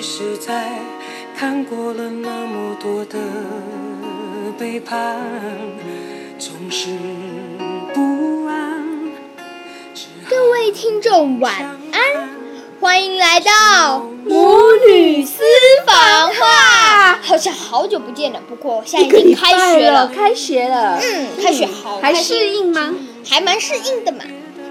实在看过了那么多的背叛，总是不安。各位听众晚安，欢迎来到母女私房话。好像好久不见了，不过现在已经开学了，开学了，嗯，开学好还开心适应吗？还蛮适应的嘛。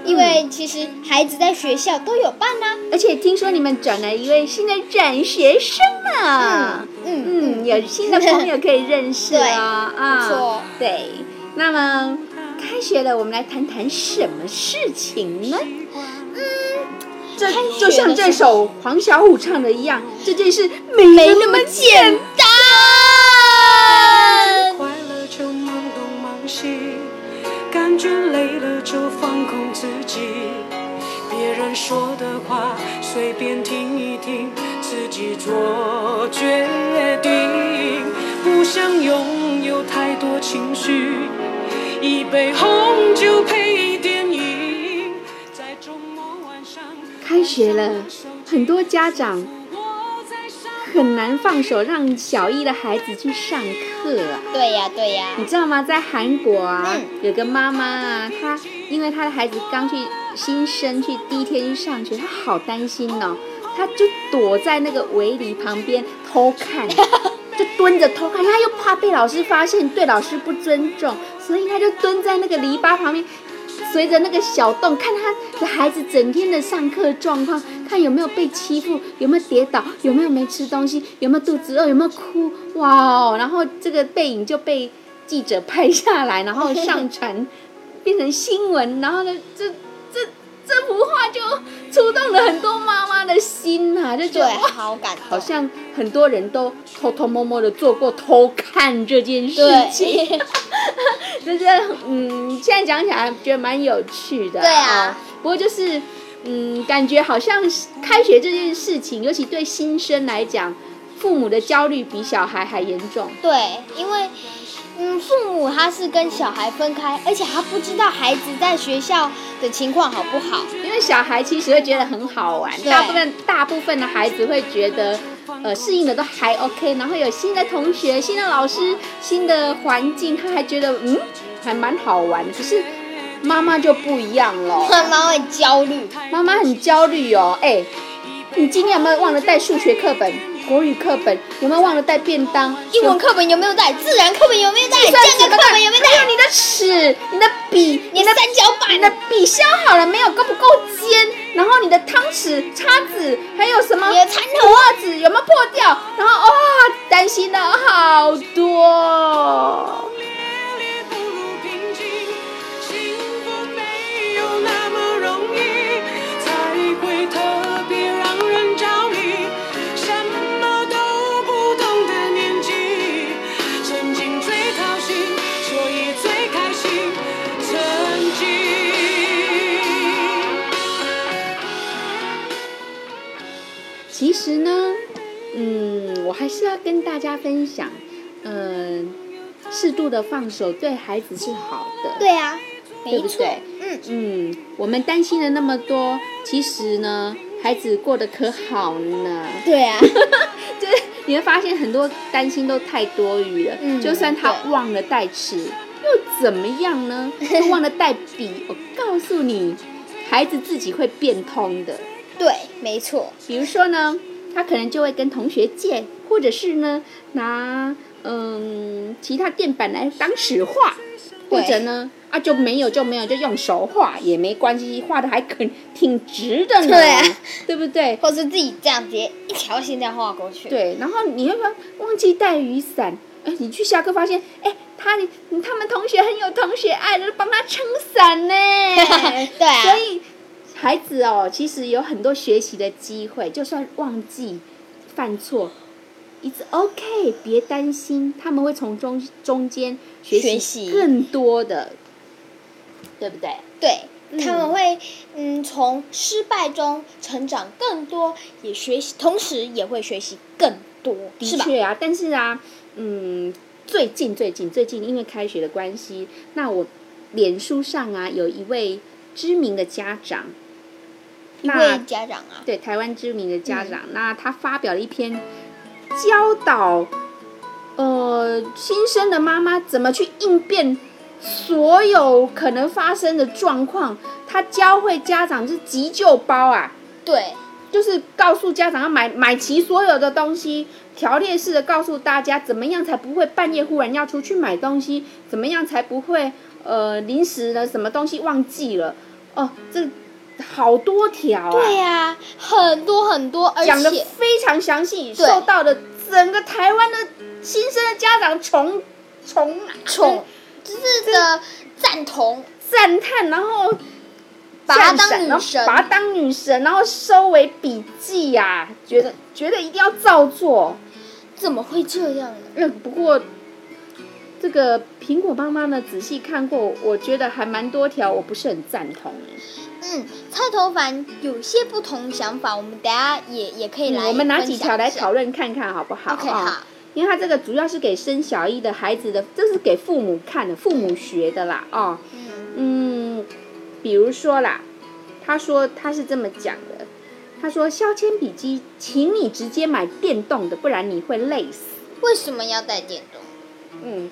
因为其实孩子在学校都有啊伴呐、而且听说你们转了一位新的转学生啊，嗯，嗯，有新的朋友可以认识 对哦，啊，不错对。那么开学了，我们来谈谈什么事情呢？这学就像这首黄小琥唱的一样，这件事没嗯没那那么么简简单。快乐就忙东忙西，感觉累了就放空自己。别人说的话随便听一听，自己做决定。不想拥有太多情绪，一杯红酒配电影，在周末晚上。开学了，很多家长我在上很难放手让小一的孩子去上课啊。对呀、对呀、你知道吗？在韩国啊，嗯有个妈妈啊，她因为她的孩子刚去新生去第一天去上学，她好担心哦，她就躲在那个围篱旁边偷看，就蹲着偷看，她又怕被老师发现，对老师不尊重，所以她就蹲在那个篱笆旁边。随着那个小洞，看她的孩子整天的上课状况，看有没有被欺负，有没有跌倒，有没有没吃东西，有没有肚子饿，有没有哭，哇哦！然后这个背影就被记者拍下来，然后上传，变成新闻，然后呢，这这这幅画就触动了很多妈妈的心呐、就觉对得，哇，好感动。好像很多人都偷偷摸摸的做过偷看这件事情。对， 就是嗯，现在讲起来觉得蛮有趣的。对啊哦不过就是嗯，感觉好像是开学这件事情，尤其对新生来讲，父母的焦虑比小孩还严重。对，因为嗯，父母他是跟小孩分开，而且他不知道孩子在学校的情况好不好。因为小孩其实会觉得很好玩，对大部分大部分的孩子会觉得，呃，适应的都还 OK，然后有新的同学、新的老师、新的环境，他还觉得嗯，还蛮好玩的。可是妈妈就不一样了，妈妈会焦虑，妈妈很焦虑哦，哎、你今天有没有忘了带数学课本、国语课本？有没有忘了带便当？英文课本有没有带？自然课本有没有带？算健什么康课本有没有还有带？啊你的尺、你的笔、你的三角板你的笔削好了没有？够不够尖？然后你的汤匙、叉子，还有什么你的餐头袜子有没有破掉？然后哇、担心了好多哦。烈不如平静，幸福没有那么容易，才会特别让人着迷。什么都不懂的年纪，曾经最掏心，所以最开心。曾经，其实呢，嗯，我还是要跟大家分享，嗯、适度的放手对孩子是好的。对啊，没对不错对，嗯，嗯，我们担心了那么多，其实呢，孩子过得可好呢。对 啊，就是你会发现很多担心都太多余了。嗯就算他对忘了带尺，又怎么 样呢？又忘了带笔，我告诉你，孩子自己会变通的。对，没错，比如说呢，他可能就会跟同学借，或者是呢拿嗯其他垫板来当尺画，对或者呢啊就没有就没有就用手画也没关系，画的还可挺直的呢，对啊对不对？或是自己这样直接一条线这样画过去。。对，然后你会发忘记带雨伞，哎，你去下课发现，哎，他他们同学很有同学爱的，帮他撑伞呢 对啊所以孩子哦，其实有很多学习的机会，就算忘记、犯错。It's OK，别担心，他们会从中中间学学习习更多的，对不对？对，他们会嗯从失败中成长更多，也学习，同时也会学习更多，的是吧？确啊，但是啊，嗯，最近最近最近，因为开学的关系，那我脸书上啊有一位知名的家长，一那位嗯家长啊，对台湾知名的家长，那他发表了一篇教导呃新生的妈妈怎么去应变所有可能发生的状况，他教会家长是急救包啊，对，就是告诉家长要啊买买齐所有的东西，条列式的告诉大家怎么样才不会半夜忽然要出去买东西，怎么样才不会呃临时的什么东西忘记了，哦，这好多条啊，对呀、很多很多，而讲的且非常详细，对受到了整个台湾的新生的家长崇崇宠，就是的赞同，赞叹，然后把她赞当赏女然后神把她当女神，然后收为笔记呀、觉得觉得一定要照做。怎么会这样呢？嗯，不过这个苹果妈妈呢，仔细看过，我觉得还蛮多条，我不是很赞同。嗯，菜头凡有些不同想法，我们等下也也可以来、嗯我们拿几条来讨论看看好不好？ ？OK，啊好，因为它这个主要是给升小一的孩子的，这是给父母看的，父母学的啦，哦，嗯，嗯，比如说啦，他说他是这么讲的，他说削铅笔机，请你直接买电动的，不然你会累死。为什么要带电动？嗯，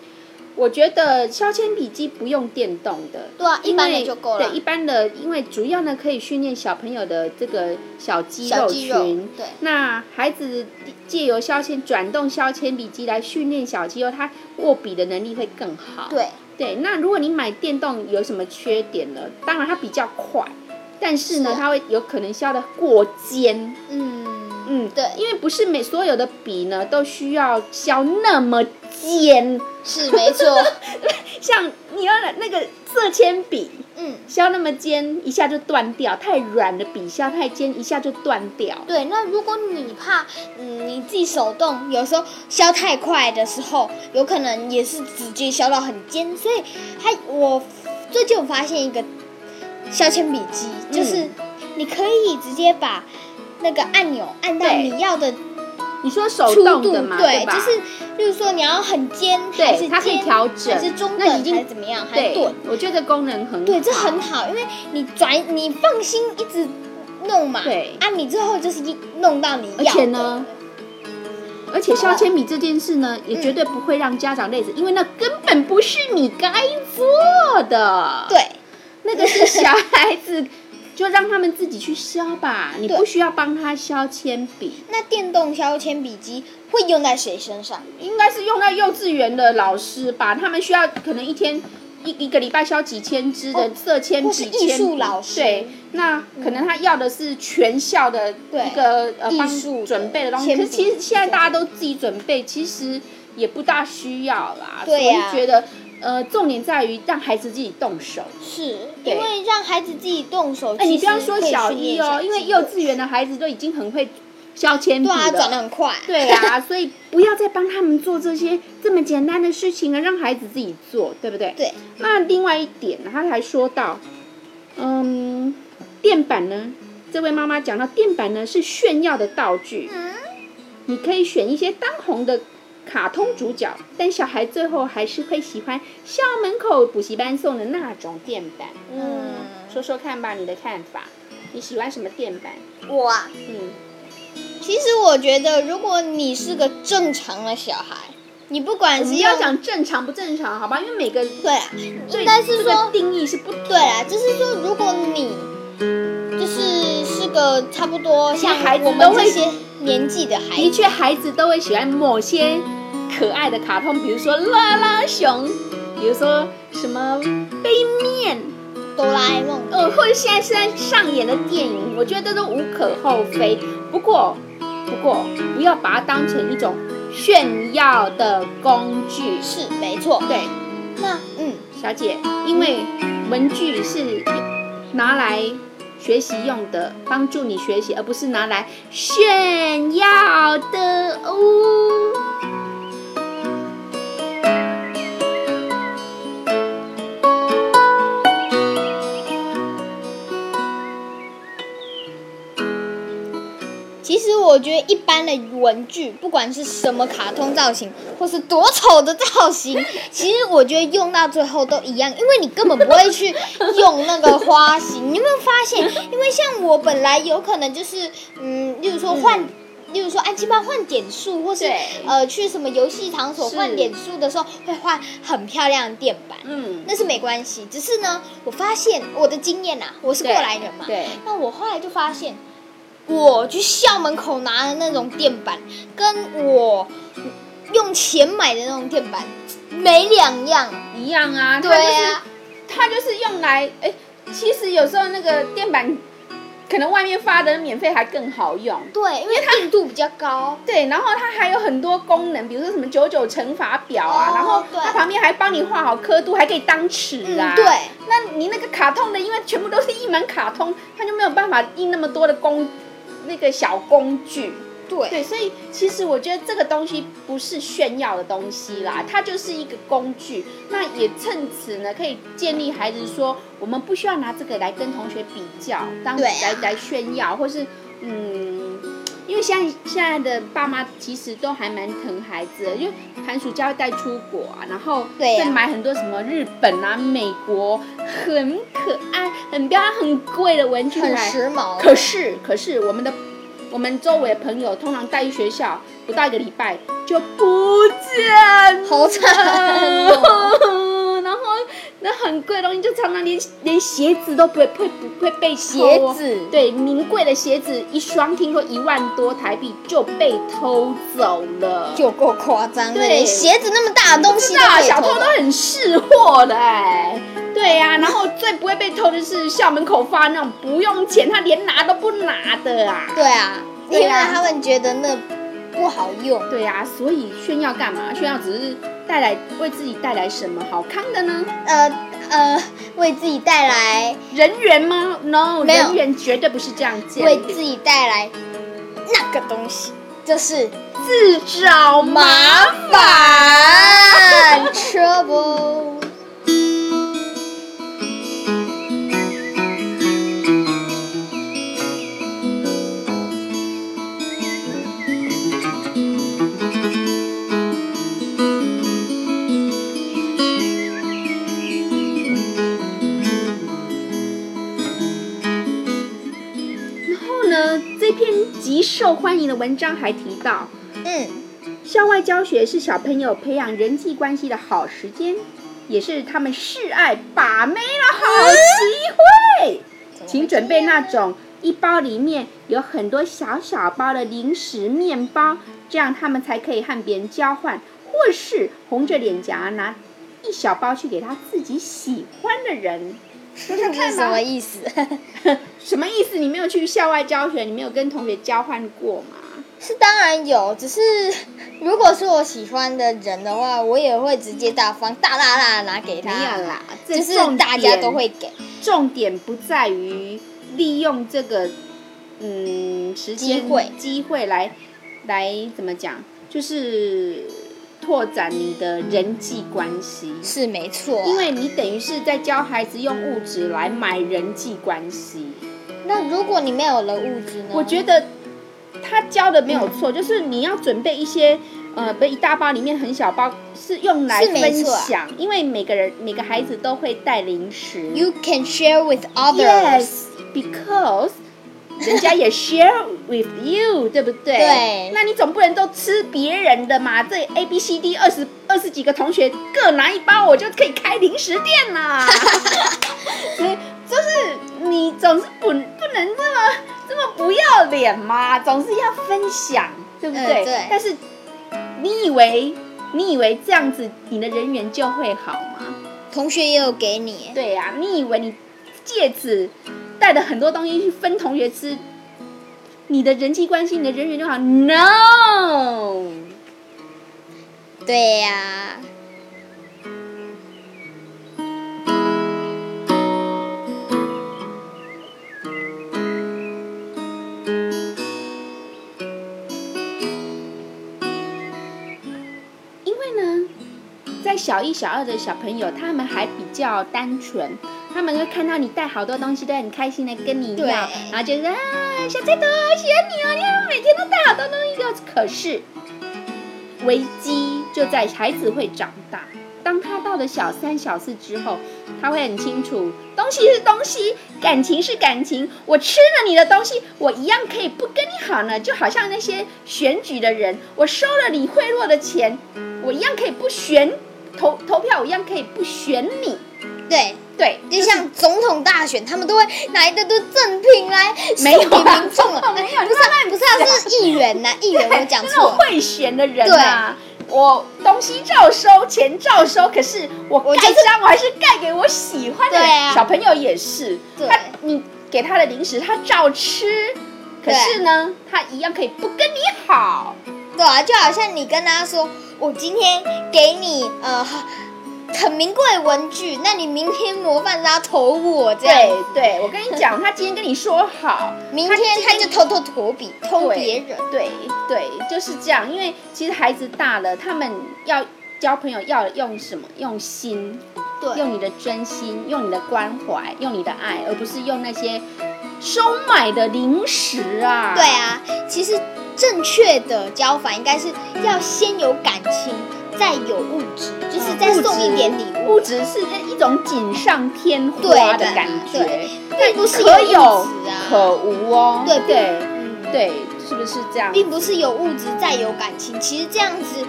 我觉得削铅笔机不用电动的，对啊，一因般为的就够对了，一般的，因为主要呢可以训练小朋友的这个小肌小肉肌群，肉，对，那孩子借由削铅转动削铅笔机来训练小肌肉，他握笔的能力会更好。对，对那如果你买电动有什么缺点呢？当然它比较快，但是呢，是啊它会有可能削的过尖。嗯，嗯，对因为不是每所有的笔呢都需要削那么尖，是没 错，像你要那个色铅笔嗯，削那么尖，一下就断掉；太软的笔削太尖，一下就断掉。对。那如果你怕，嗯，你自己手动，有时候削太快的时候，有可能也是直接削到很尖。所以还我最近有发现一个削铅笔机，就是嗯你可以直接把那个按钮按到对你要的你说嗯手粗动度，的嘛，对，吧？就是，例如说你要很尖还是对，它可以尖，调还是整。中那已等，经还是怎么样，还对是钝。，我觉得功能很好。对，这很好，因为你转你放心一直弄嘛，对啊，你最后就是一弄到你要的，而且呢而且削铅笔这件事呢，也绝对不会让家长累死，因为那根本不是你该做的。，对那个是小孩子，就让他们自己去削吧，你对不需要帮他削铅笔。那电动削铅笔机会用在谁身上？应该是用在幼稚园的老师吧，他们需要可能一天一一个礼拜削几千支的哦色铅笔，或是艺术铅笔老师对，那可能他要的是全校的对一个呃艺帮术的准备的东西，铅可笔是其实现在大家都自己准备，其实也不大需要啦，对呀所以觉得呃重点在于让孩子自己动手。是对因为让孩子自己动手，哎，你不要其实说可以小训一练哦，小因为肌幼肉稚园的孩子都已经很会削铅笔对了，啊，转的很快，对啊，所以不要再帮他们做这些这么简单的事情了，啊让孩子自己做，对不对？对。那另外一点呢，他还说到，嗯，电板呢，这位妈妈讲到电板呢是炫耀的道具，嗯你可以选一些当红的卡通主角，但小孩最后还是会喜欢校门口补习班送的那种电板。嗯说说看吧，你的看法，你喜欢什么电板？我啊，嗯，其实我觉得，如果你是个正常的小孩，你不管是你要用讲正常不正常，好吧？因为每个对啊，对应该是这说个定义是不同对啦，就是说，如果你就是是个差不多像孩子我们都会这些年纪的孩的子，确，孩子都会喜欢某些可爱的卡通，比如说拉拉熊，比如说什么杯面，哆啦 A 梦，呃，或者现在是在上演的电影，我觉得这都无可厚非。不过，不过不要把它当成一种炫耀的工具。是没错。对，那嗯，小姐，因为文具是拿来学习用的，帮助你学习，而不是拿来炫耀的哦。其实我我觉得一般的文具，不管是什么卡通造型，或是多丑的造型，其实我觉得用到最后都一样，因为你根本不会去用那个花型。你有没有发现？因为像我本来有可能就是，嗯，例如说换。例如说，安亲班换点数，或是对呃去什么游戏场所是换点数的时候，会换很漂亮的垫板。嗯，那是没关系，只是呢，我发现我的经验呐、我是过对来人嘛，对，那我后来就发现，我去校门口拿的那种垫板，跟我用钱买的那种垫板没两样。一样啊，它就对是啊，它就是用来，哎，其实有时候那个电板，可能外面发的免费还更好用。对，因为硬度比较高。对，然后它还有很多功能，比如说什么九九乘法表啊，哦然后对它旁边还帮你画好刻度，还可以当尺啊。嗯，对。那你那个卡通的，因为全部都是一门卡通，它就没有办法印那么多的工，那个小工具。对对，所以其实我觉得这个东西不是炫耀的东西啦，它就是一个工具。那也趁此呢，可以建立孩子说，我们不需要拿这个来跟同学比较，当对啊来来炫耀，或是嗯，因为现在现在的爸妈其实都还蛮疼孩子的，因为寒暑假会带出国啊，然后对啊会买很多什么日本啊、美国很可爱、很漂亮、很贵的文具很来时髦。可是，可是我们的我们周围的朋友通常带去学校不到一个礼拜就不见了， 好惨啊哦然后那很贵的东西就常常连连鞋子都不会会不会被偷鞋哦子对名贵的鞋子一双听说一万多台币就被偷走了，就够夸张的，对连鞋子那么大的东西知都道啊可以小偷偷都走。很识货的哎、对呀、然后最不会被偷的是校门口发那种不用钱，他连拿都不拿的啊。对啊，因对为啊他们觉得那不好用。对呀、所以炫耀干嘛？炫耀只是带来为自己带来什么好康的呢？呃呃，为自己带来，人缘吗？No，没有人缘绝对不是这样建为立自己带来那个东西，就是自找麻烦 trouble。然后呢，这篇极受欢迎的文章还提到， 嗯，校外教学是小朋友培养人际关系的好时间，也是他们示爱把妹的好机会。请准备那种一包里面有很多小小包的零食面包，这样他们才可以和别人交换，或是红着脸颊拿一小包去给他自己喜欢的人。 这是什么意思？ 什么意思？你没有去校外教学，你没有跟同学交换过吗？是当然有，只是如果是我喜欢的人的话，我也会直接大方大大大地拿给没他。有啦，这就是重大家点都会给重点不在于利用这个嗯时间机会机会来来怎么讲，就是拓展你的人际关系，是没错啊、因为你等于是在教孩子用物质来买人际关系。那如果你没有了物质呢？我觉得他教的没有嗯错，就是你要准备一些。呃，不，一大包里面很小包是用来是没分错啊享，因为每个人每个孩子都会带零食。 you can share with others， Yes, because 人家也 share with you，对不对？对那你总不能都吃别人的嘛？这 A B C D 二十二十几个同学各拿一包，我就可以开零食店 啦。所以就是你总是不不能这么这么不要脸嘛，总是要分享，对不对？嗯对但是你以为你以为这样子你的人缘就会好吗？同学也有给你，对呀、你以为你戒指带的很多东西去分同学吃，你的人际关系、你的人缘就好？No，对呀、因为呢，在小一、小二的小朋友，他们还比较单纯，他们会看到你带好多东西，都很开心的跟你要，对然后就是啊，小菜头，喜欢你哦，你看每天都带好多东西给我。可是危机就在孩子会长大，当他到了小三、小四之后，他会很清楚，东西是东西，感情是感情。我吃了你的东西，我一样可以不跟你好呢。就好像那些选举的人，我收了你贿赂的钱，我一样可以不选投投票，我一样可以不选你。对，对，就像总统大选，他们都会拿一堆堆赠品来送没有给啊民众了。哎没有不是啊不是啊，是议员呐， 议员我讲那错种了。会选的人啊。我东西照收，钱照收，可是我我盖就是章，我还是盖给我喜欢的人对啊小朋友也是，对他你给他的零食，他照吃，可对是呢，他一样可以不跟你好。对啊，就好像你跟他说，我今天给你呃很名贵的文具，那你明天模范他投我这对样，对，我跟你讲，他今天跟你说好，明天他就偷偷投笔偷对别人。对对，就是这样。因为其实孩子大了，他们要交朋友要用什么？用心，对用你的真心，用你的关怀，用你的爱，而不是用那些收买的零食啊。对啊，其实正确的教法应该是要先有感情，再有物质，就是再物送一质点礼物，物质是一种锦上添花对的的感觉对，但并不是有可物有质啊可无哦。对对嗯对，是不是这样？并不是有物质再有感情。其实这样子，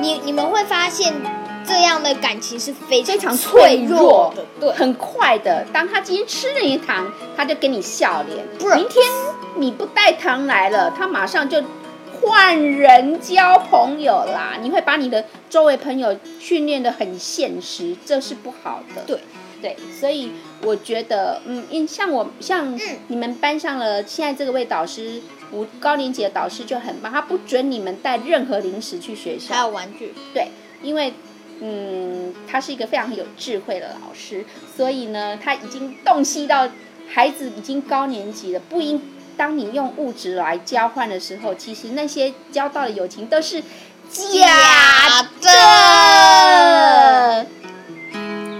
你你们会发现，这样的感情是非非常脆脆弱的。对，很快的。当他今天吃了一糖，他就给你笑脸；不是明天你不带糖来了，他马上就换人交朋友啦。你会把你的周围朋友训练的很现实，这是不好的。对对，所以我觉得，嗯，因像我像你们班上了，现在这个位导师。吴高年级的导师就很棒，他不准你们带任何零食去学校还，有玩具，对，因为嗯，他是一个非常有智慧的老师，所以呢，他已经洞悉到孩子已经高年级了，不应当你用物质来交换的时候，其实那些交到的友情都是呃假假的。的。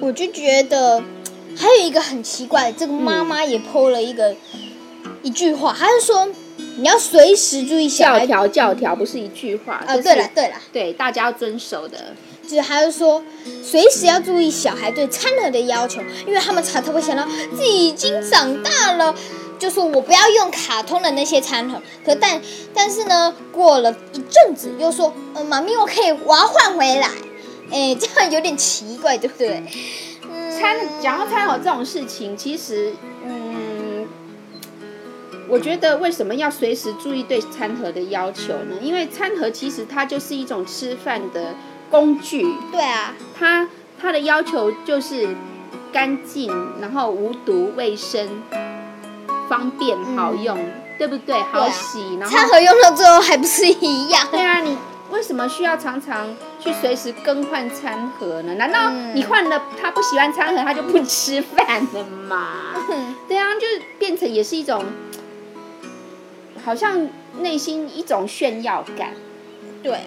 我就觉得还有一个很奇怪，这个嗯妈妈也 PO 了一个、一句话，她就说你要随时注意小教孩。条教条不是一句话，呃，这对是了对了，对，大家要遵守的。就是她就说随时要注意小孩对餐盒的要求，因为他们常常会想到自己已经长大了，就说我不要用卡通的那些餐盒。可但但是呢，过了一阵子又说，呃，妈咪，我可以，我要换回来。哎，这样有点奇怪，对不对？餐讲到餐偶这种事情，其实嗯，我觉得为什么要随时注意对餐盒的要求呢？因为餐盒其实它就是一种吃饭的工具，对啊，它它的要求就是干净，然后无毒、卫生、方便、好用，对不嗯对？啊好洗，然后餐盒用到最后还不是一样？ 对啊，你为什么需要常常去随时更换餐盒呢？难道你换了他不喜欢餐盒，他就不吃饭了吗？对啊，就是变成也是一种，好像内心一种炫耀感，对，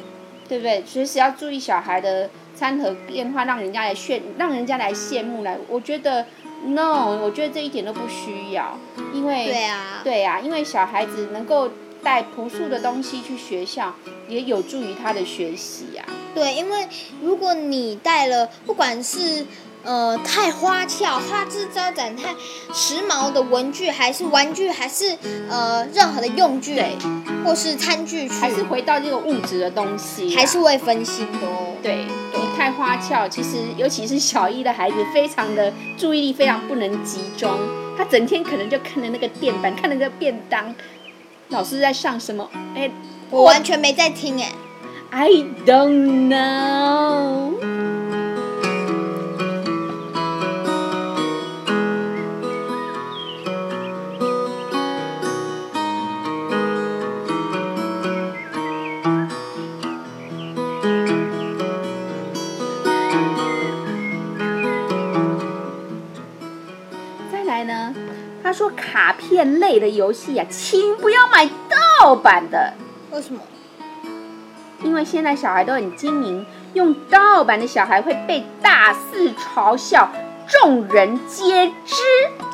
对不对？随时要注意小孩的餐盒变化，让人家来炫，让人家来羡慕来。我觉得 no，我觉得这一点都不需要，因为对啊，对呀、因为小孩子能够带朴素的东西去学校，也有助于他的学习啊呀、对，因为如果你带了，不管是呃太花俏、花枝招展、太时髦的文具，还是玩具，还是呃任何的用具，对，或是餐具去，还是回到这个物质的东西啊、还是会分心的哦。对你太花俏。其实，尤其是小一的孩子，非常的注意力非常不能集中，他整天可能就看着那个电板，看着那个便当，老师在上什么？哎我完全没在听哎， ，I don't know。我他说卡片类的游戏啊，请不要买盗版的，为什么？因为现在小孩都很精明，用盗版的小孩会被大肆嘲笑，众人皆知。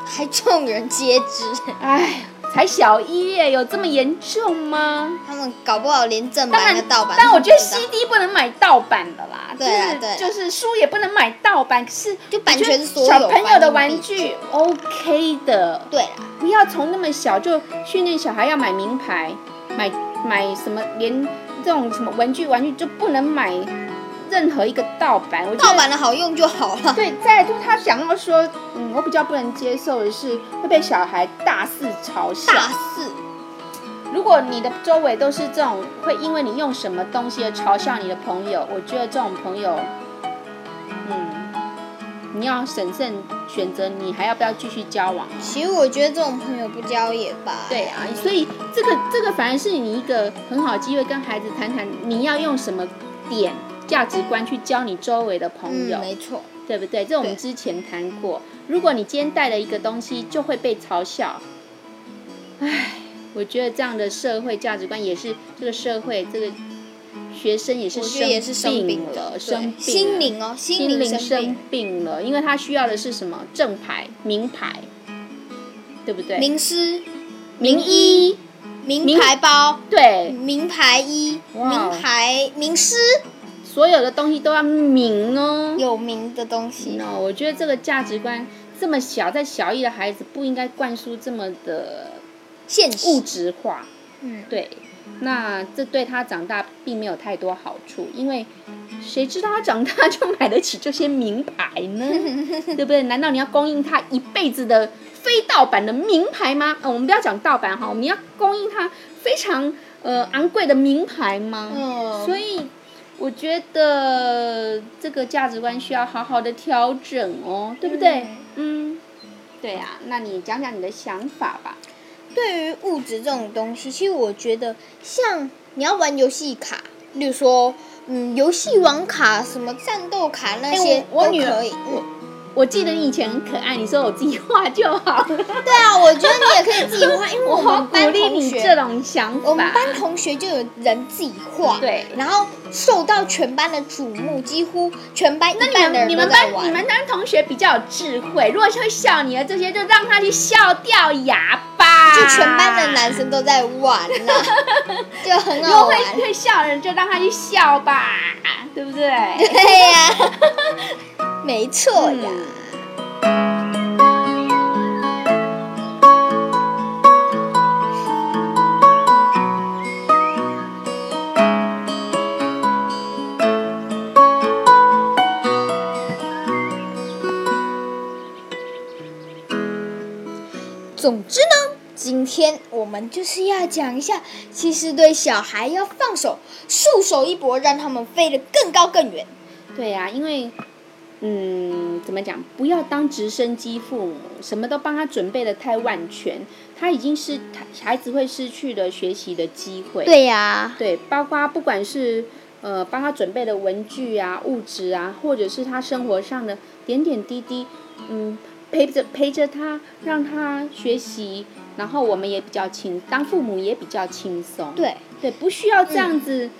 还众人皆知，哎，才小一耶，有这么严重吗？他们搞不好连正当版的然，盗版但都我不觉得知道 CD 不能买盗版的啦，对啊对啊就是就是书也不能买盗版，可是就版权是所有小朋友的版权玩必具 OK 的，对啦，不要从那么小就训练小孩要买名牌，买买什么连这种什么文具玩具就不能买任何一个盗版，我觉得盗版的好用就好了。对，再来就是他想要说，嗯，我比较不能接受的是会被小孩大肆嘲笑。大四，如果你的周围都是这种会因为你用什么东西而嘲笑你的朋友，我觉得这种朋友，嗯，你要审慎选择，你还要不要继续交往？其实我觉得这种朋友不交也罢。对啊，所以这个这个反而是你一个很好的机会，跟孩子谈谈你要用什么点价值观去交你周围的朋嗯友。，没错。对不对？这我们对之前谈过。如果你今天带了一个东西，就会被嘲笑。唉，我觉得这样的社会价值观也是这个社会这个学生也是我觉生得也是生病了，了，对生病了心灵哦，心灵灵生生病了，因为他需要的是什么正牌、名牌，对不对？名师、名医，名名牌包、对，名牌衣、哇哦名牌名师，所有的东西都要名哦。有名的东西。 no，我觉哦得这个价值观这么小，在小一的孩子不应该灌输这么的现物实，质化。嗯，对，那这对他长大并没有太多好处，因为谁知道他长大就买得起这些名牌呢？对不对？难道你要供应他一辈子的非盗版的名牌吗？呃，我们不要讲盗版哈，我们要供应他非常呃昂贵的名牌吗？嗯所以。我觉得这个价值观需要好好的调整哦，对不对？嗯，对啊，那你讲讲你的想法吧。对于物质这种东西，其实我觉得像你要玩游戏卡，例如说，嗯，游戏王卡、什么战斗卡那哎我些都我女儿可以。嗯，我记得你以前很可爱，你说我自己画就好了。对啊，我觉得你也可以自己 画，因为我我好们鼓班励同你学，这种想法。我们班同学就有人自己画，对然后受到全班的瞩目，几乎全班一那半你的们人你都们在班玩。你们班同学比较有智慧，如果会笑你的这些，就让他去笑掉牙吧。就全班的男生都在玩 呐、就很如果好会玩。会笑的人，就让他去笑吧，对不对？对呀、没错呀。总之呢，今天我们就是要讲一下，其实对小孩要放手，束手一搏，让他们飞得更高更远。对呀、因为。嗯，怎么讲？不要当直升机父母，什么都帮他准备的太万全，他已经是孩子会失去了学习的机会。对呀、对，包括不管是呃帮他准备的文具啊、物质啊，或者是他生活上的点点滴滴，嗯，陪着陪着他，让他学习，然后我们也比较轻，当父母也比较轻松。对，对，不需要这样子。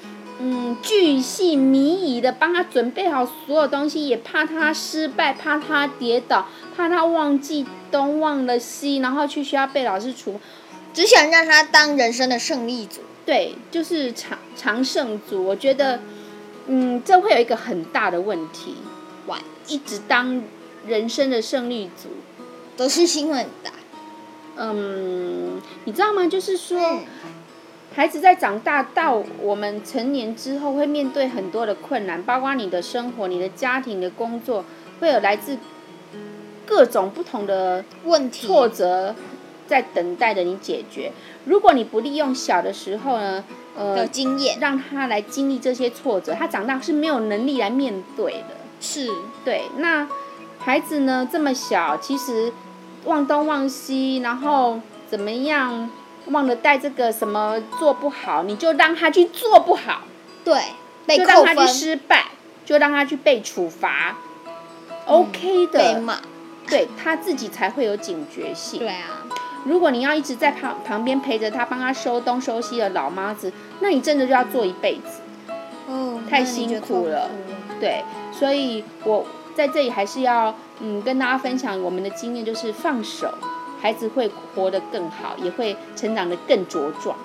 嗯，巨细靡遗的帮他准备好所有东西，也怕他失败，怕他跌倒，怕他忘记东忘了西，然后去学校被老师处罚只想让他当人生的胜利组。对，就是常常胜组，我觉得，嗯，这会有一个很大的问题，哇，一直当人生的胜利组，得失心会很大。嗯，你知道吗？就是说，嗯，孩子在长大到我们成年之后，会面对很多的困难，包括你的生活、你的家庭、你的工作，会有来自各种不同的问题挫折在等待着你解决。如果你不利用小的时候呢，呃的，经验让他来经历这些挫折，他长大是没有能力来面对的。是对，那孩子呢这么小，其实忘东忘西，然后怎么样，忘了带这个什么做不好，你就让他去做不好，对被就扣让他分去失败，就让他去被处罚。OK 嗯被的，骂，对他自己才会有警觉性。对啊，如果你要一直在旁旁边陪着他，帮他收东收西的老妈子，那你真的就要做一辈子。哦，太那你就辛苦痛苦了了对，所以我在这里还是要嗯跟大家分享我们的经验，就是放手，孩子会活得更好，也会成长得更茁壮，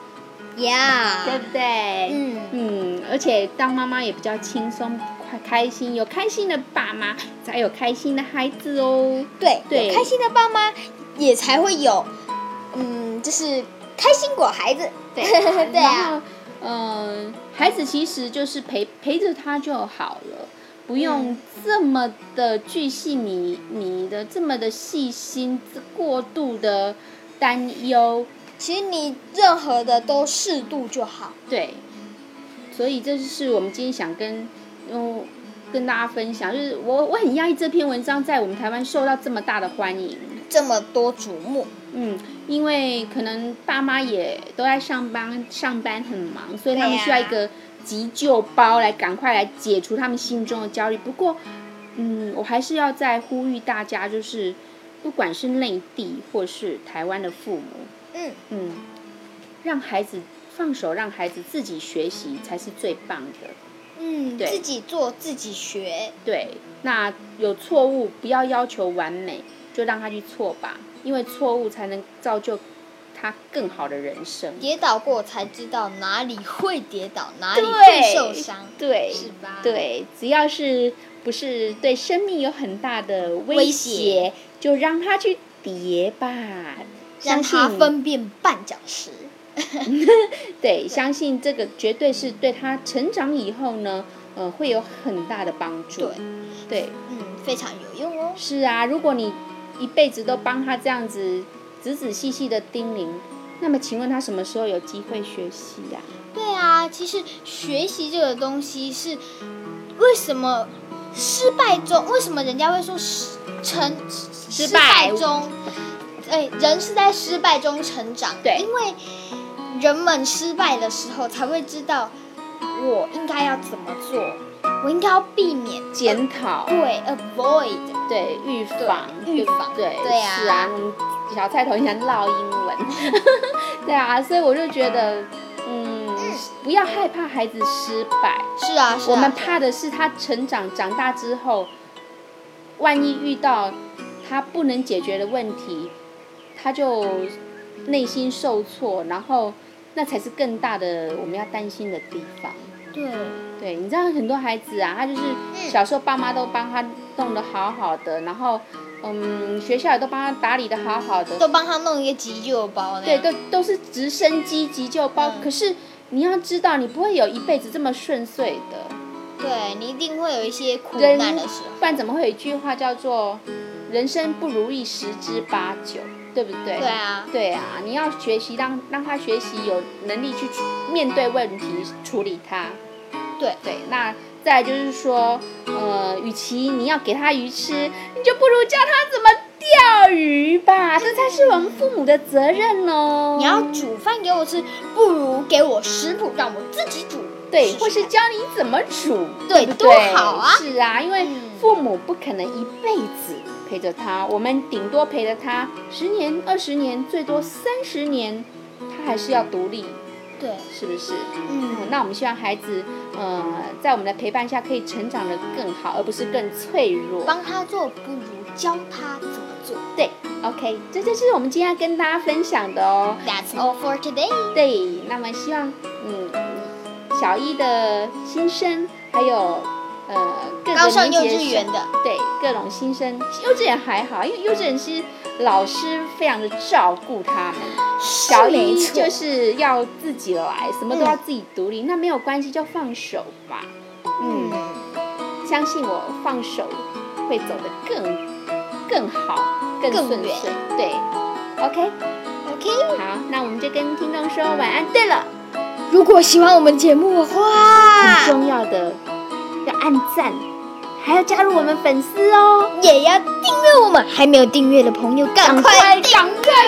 对 Yeah，不对？嗯，嗯，而且当妈妈也比较轻松，快开心，有开心的爸妈，才有开心的孩子哦。对，对有开心的爸妈也才会有，嗯，就是开心果孩子。 对对然啊，后，嗯、孩子其实就是陪陪着他就好了，不用这么的巨细靡靡的，这么的细心，过度的担忧，其实你任何的都适度就好。对。所以这就是我们今天想跟嗯跟大家分享，就是我我很压抑这篇文章在我们台湾受到这么大的欢迎。这么多瞩目，嗯，因为可能爸妈也都在上班，上班很忙，所以他对们呀需要一个急救包来赶快来解除他们心中的焦虑。不过，嗯，我还是要再呼吁大家，就是不管是内地或是台湾的父母，嗯，嗯，让孩子放手，让孩子自己学习才是最棒的。嗯，对自己做自己学，对，那有错误不要要求完美，就让他去错吧，因为错误才能造就他更好的人生。跌倒过才知道哪里会跌倒，哪里对会受伤，对，是吧？，对，只要是不是对生命有很大的威威胁，胁就让他去叠吧。让相他信分辨绊脚石。对，相信这个绝对是对他成长以后呢，呃，会有很大的帮助。对，对，嗯，非常有用哦。是啊，如果你一辈子都帮他这样子仔仔细细的叮咛，那么请问他什么时候有机会学习呀、对啊，其实学习这个东西是为什么失败中，为什么人家会说失成失败中，哎，人是在失败中成长，对因为人们失败的时候才会知道我应该要怎么做，我应该要避免检讨，对 avoid 对，预防，预防对，对啊是啊，嗯小菜头很想唠英 文，对啊，所以我就觉得，嗯，不要害怕孩子失败，是啊，是啊，我们是啊怕的是他成长长大之后，万一遇到他不能解决的问题，他就内心受挫，然后那才是更大的我们要担心的地方。对，对，你知道很多孩子啊，他就是嗯小时候爸妈都帮他弄得好好的，然后嗯，学校也都帮他打理的好好的，都帮他弄一个急救包那对，样，都都是直升机急救包。嗯可是你要知道，你不会有一辈子这么顺遂的。对你一定会有一些苦人难的时候，不然怎么会有一句话叫做“人生不如意十之八九”，对不对？对啊。对啊你要学习让让他学习有能力去处面对问题，处理它。对对，那再来就是说，呃，与其你要给他鱼吃，你就不如教他怎么钓鱼吧，这才是我们父母的责任哦。你要煮饭给我吃，不如给我食谱让我自己煮。对，试试或是看教你怎么煮，对不多对好啊是啊，因为嗯父母不可能一辈子陪着他，我们顶多陪着他十年、二十年，最多三十年，他还是要独立，对，是不是？嗯，那我们希望孩子，呃，在我们的陪伴下可以成长得更好，而不是更脆弱。帮他做不如教他怎么做。对，OK，这就是我们今天要跟大家分享的哦。 That's all for today。对，那么希望嗯，小一的新生，还有呃各个刚上幼年级的稚园生的，对各种新生，幼稚园还好，因为幼稚园是老师非常的照顾他们。小没一错就是要自己来，什么都要嗯自己独立，那没有关系，就放手吧。嗯，嗯，相信我，放手会走得更更好，更更顺远遂。对，OK， OK。好，那我们就跟听众说晚安。对了。如果喜欢我们节目的很话，重要的，要按赞，还要加入我们粉丝哦，也要订阅我们。还没有订阅的朋友，赶快赶快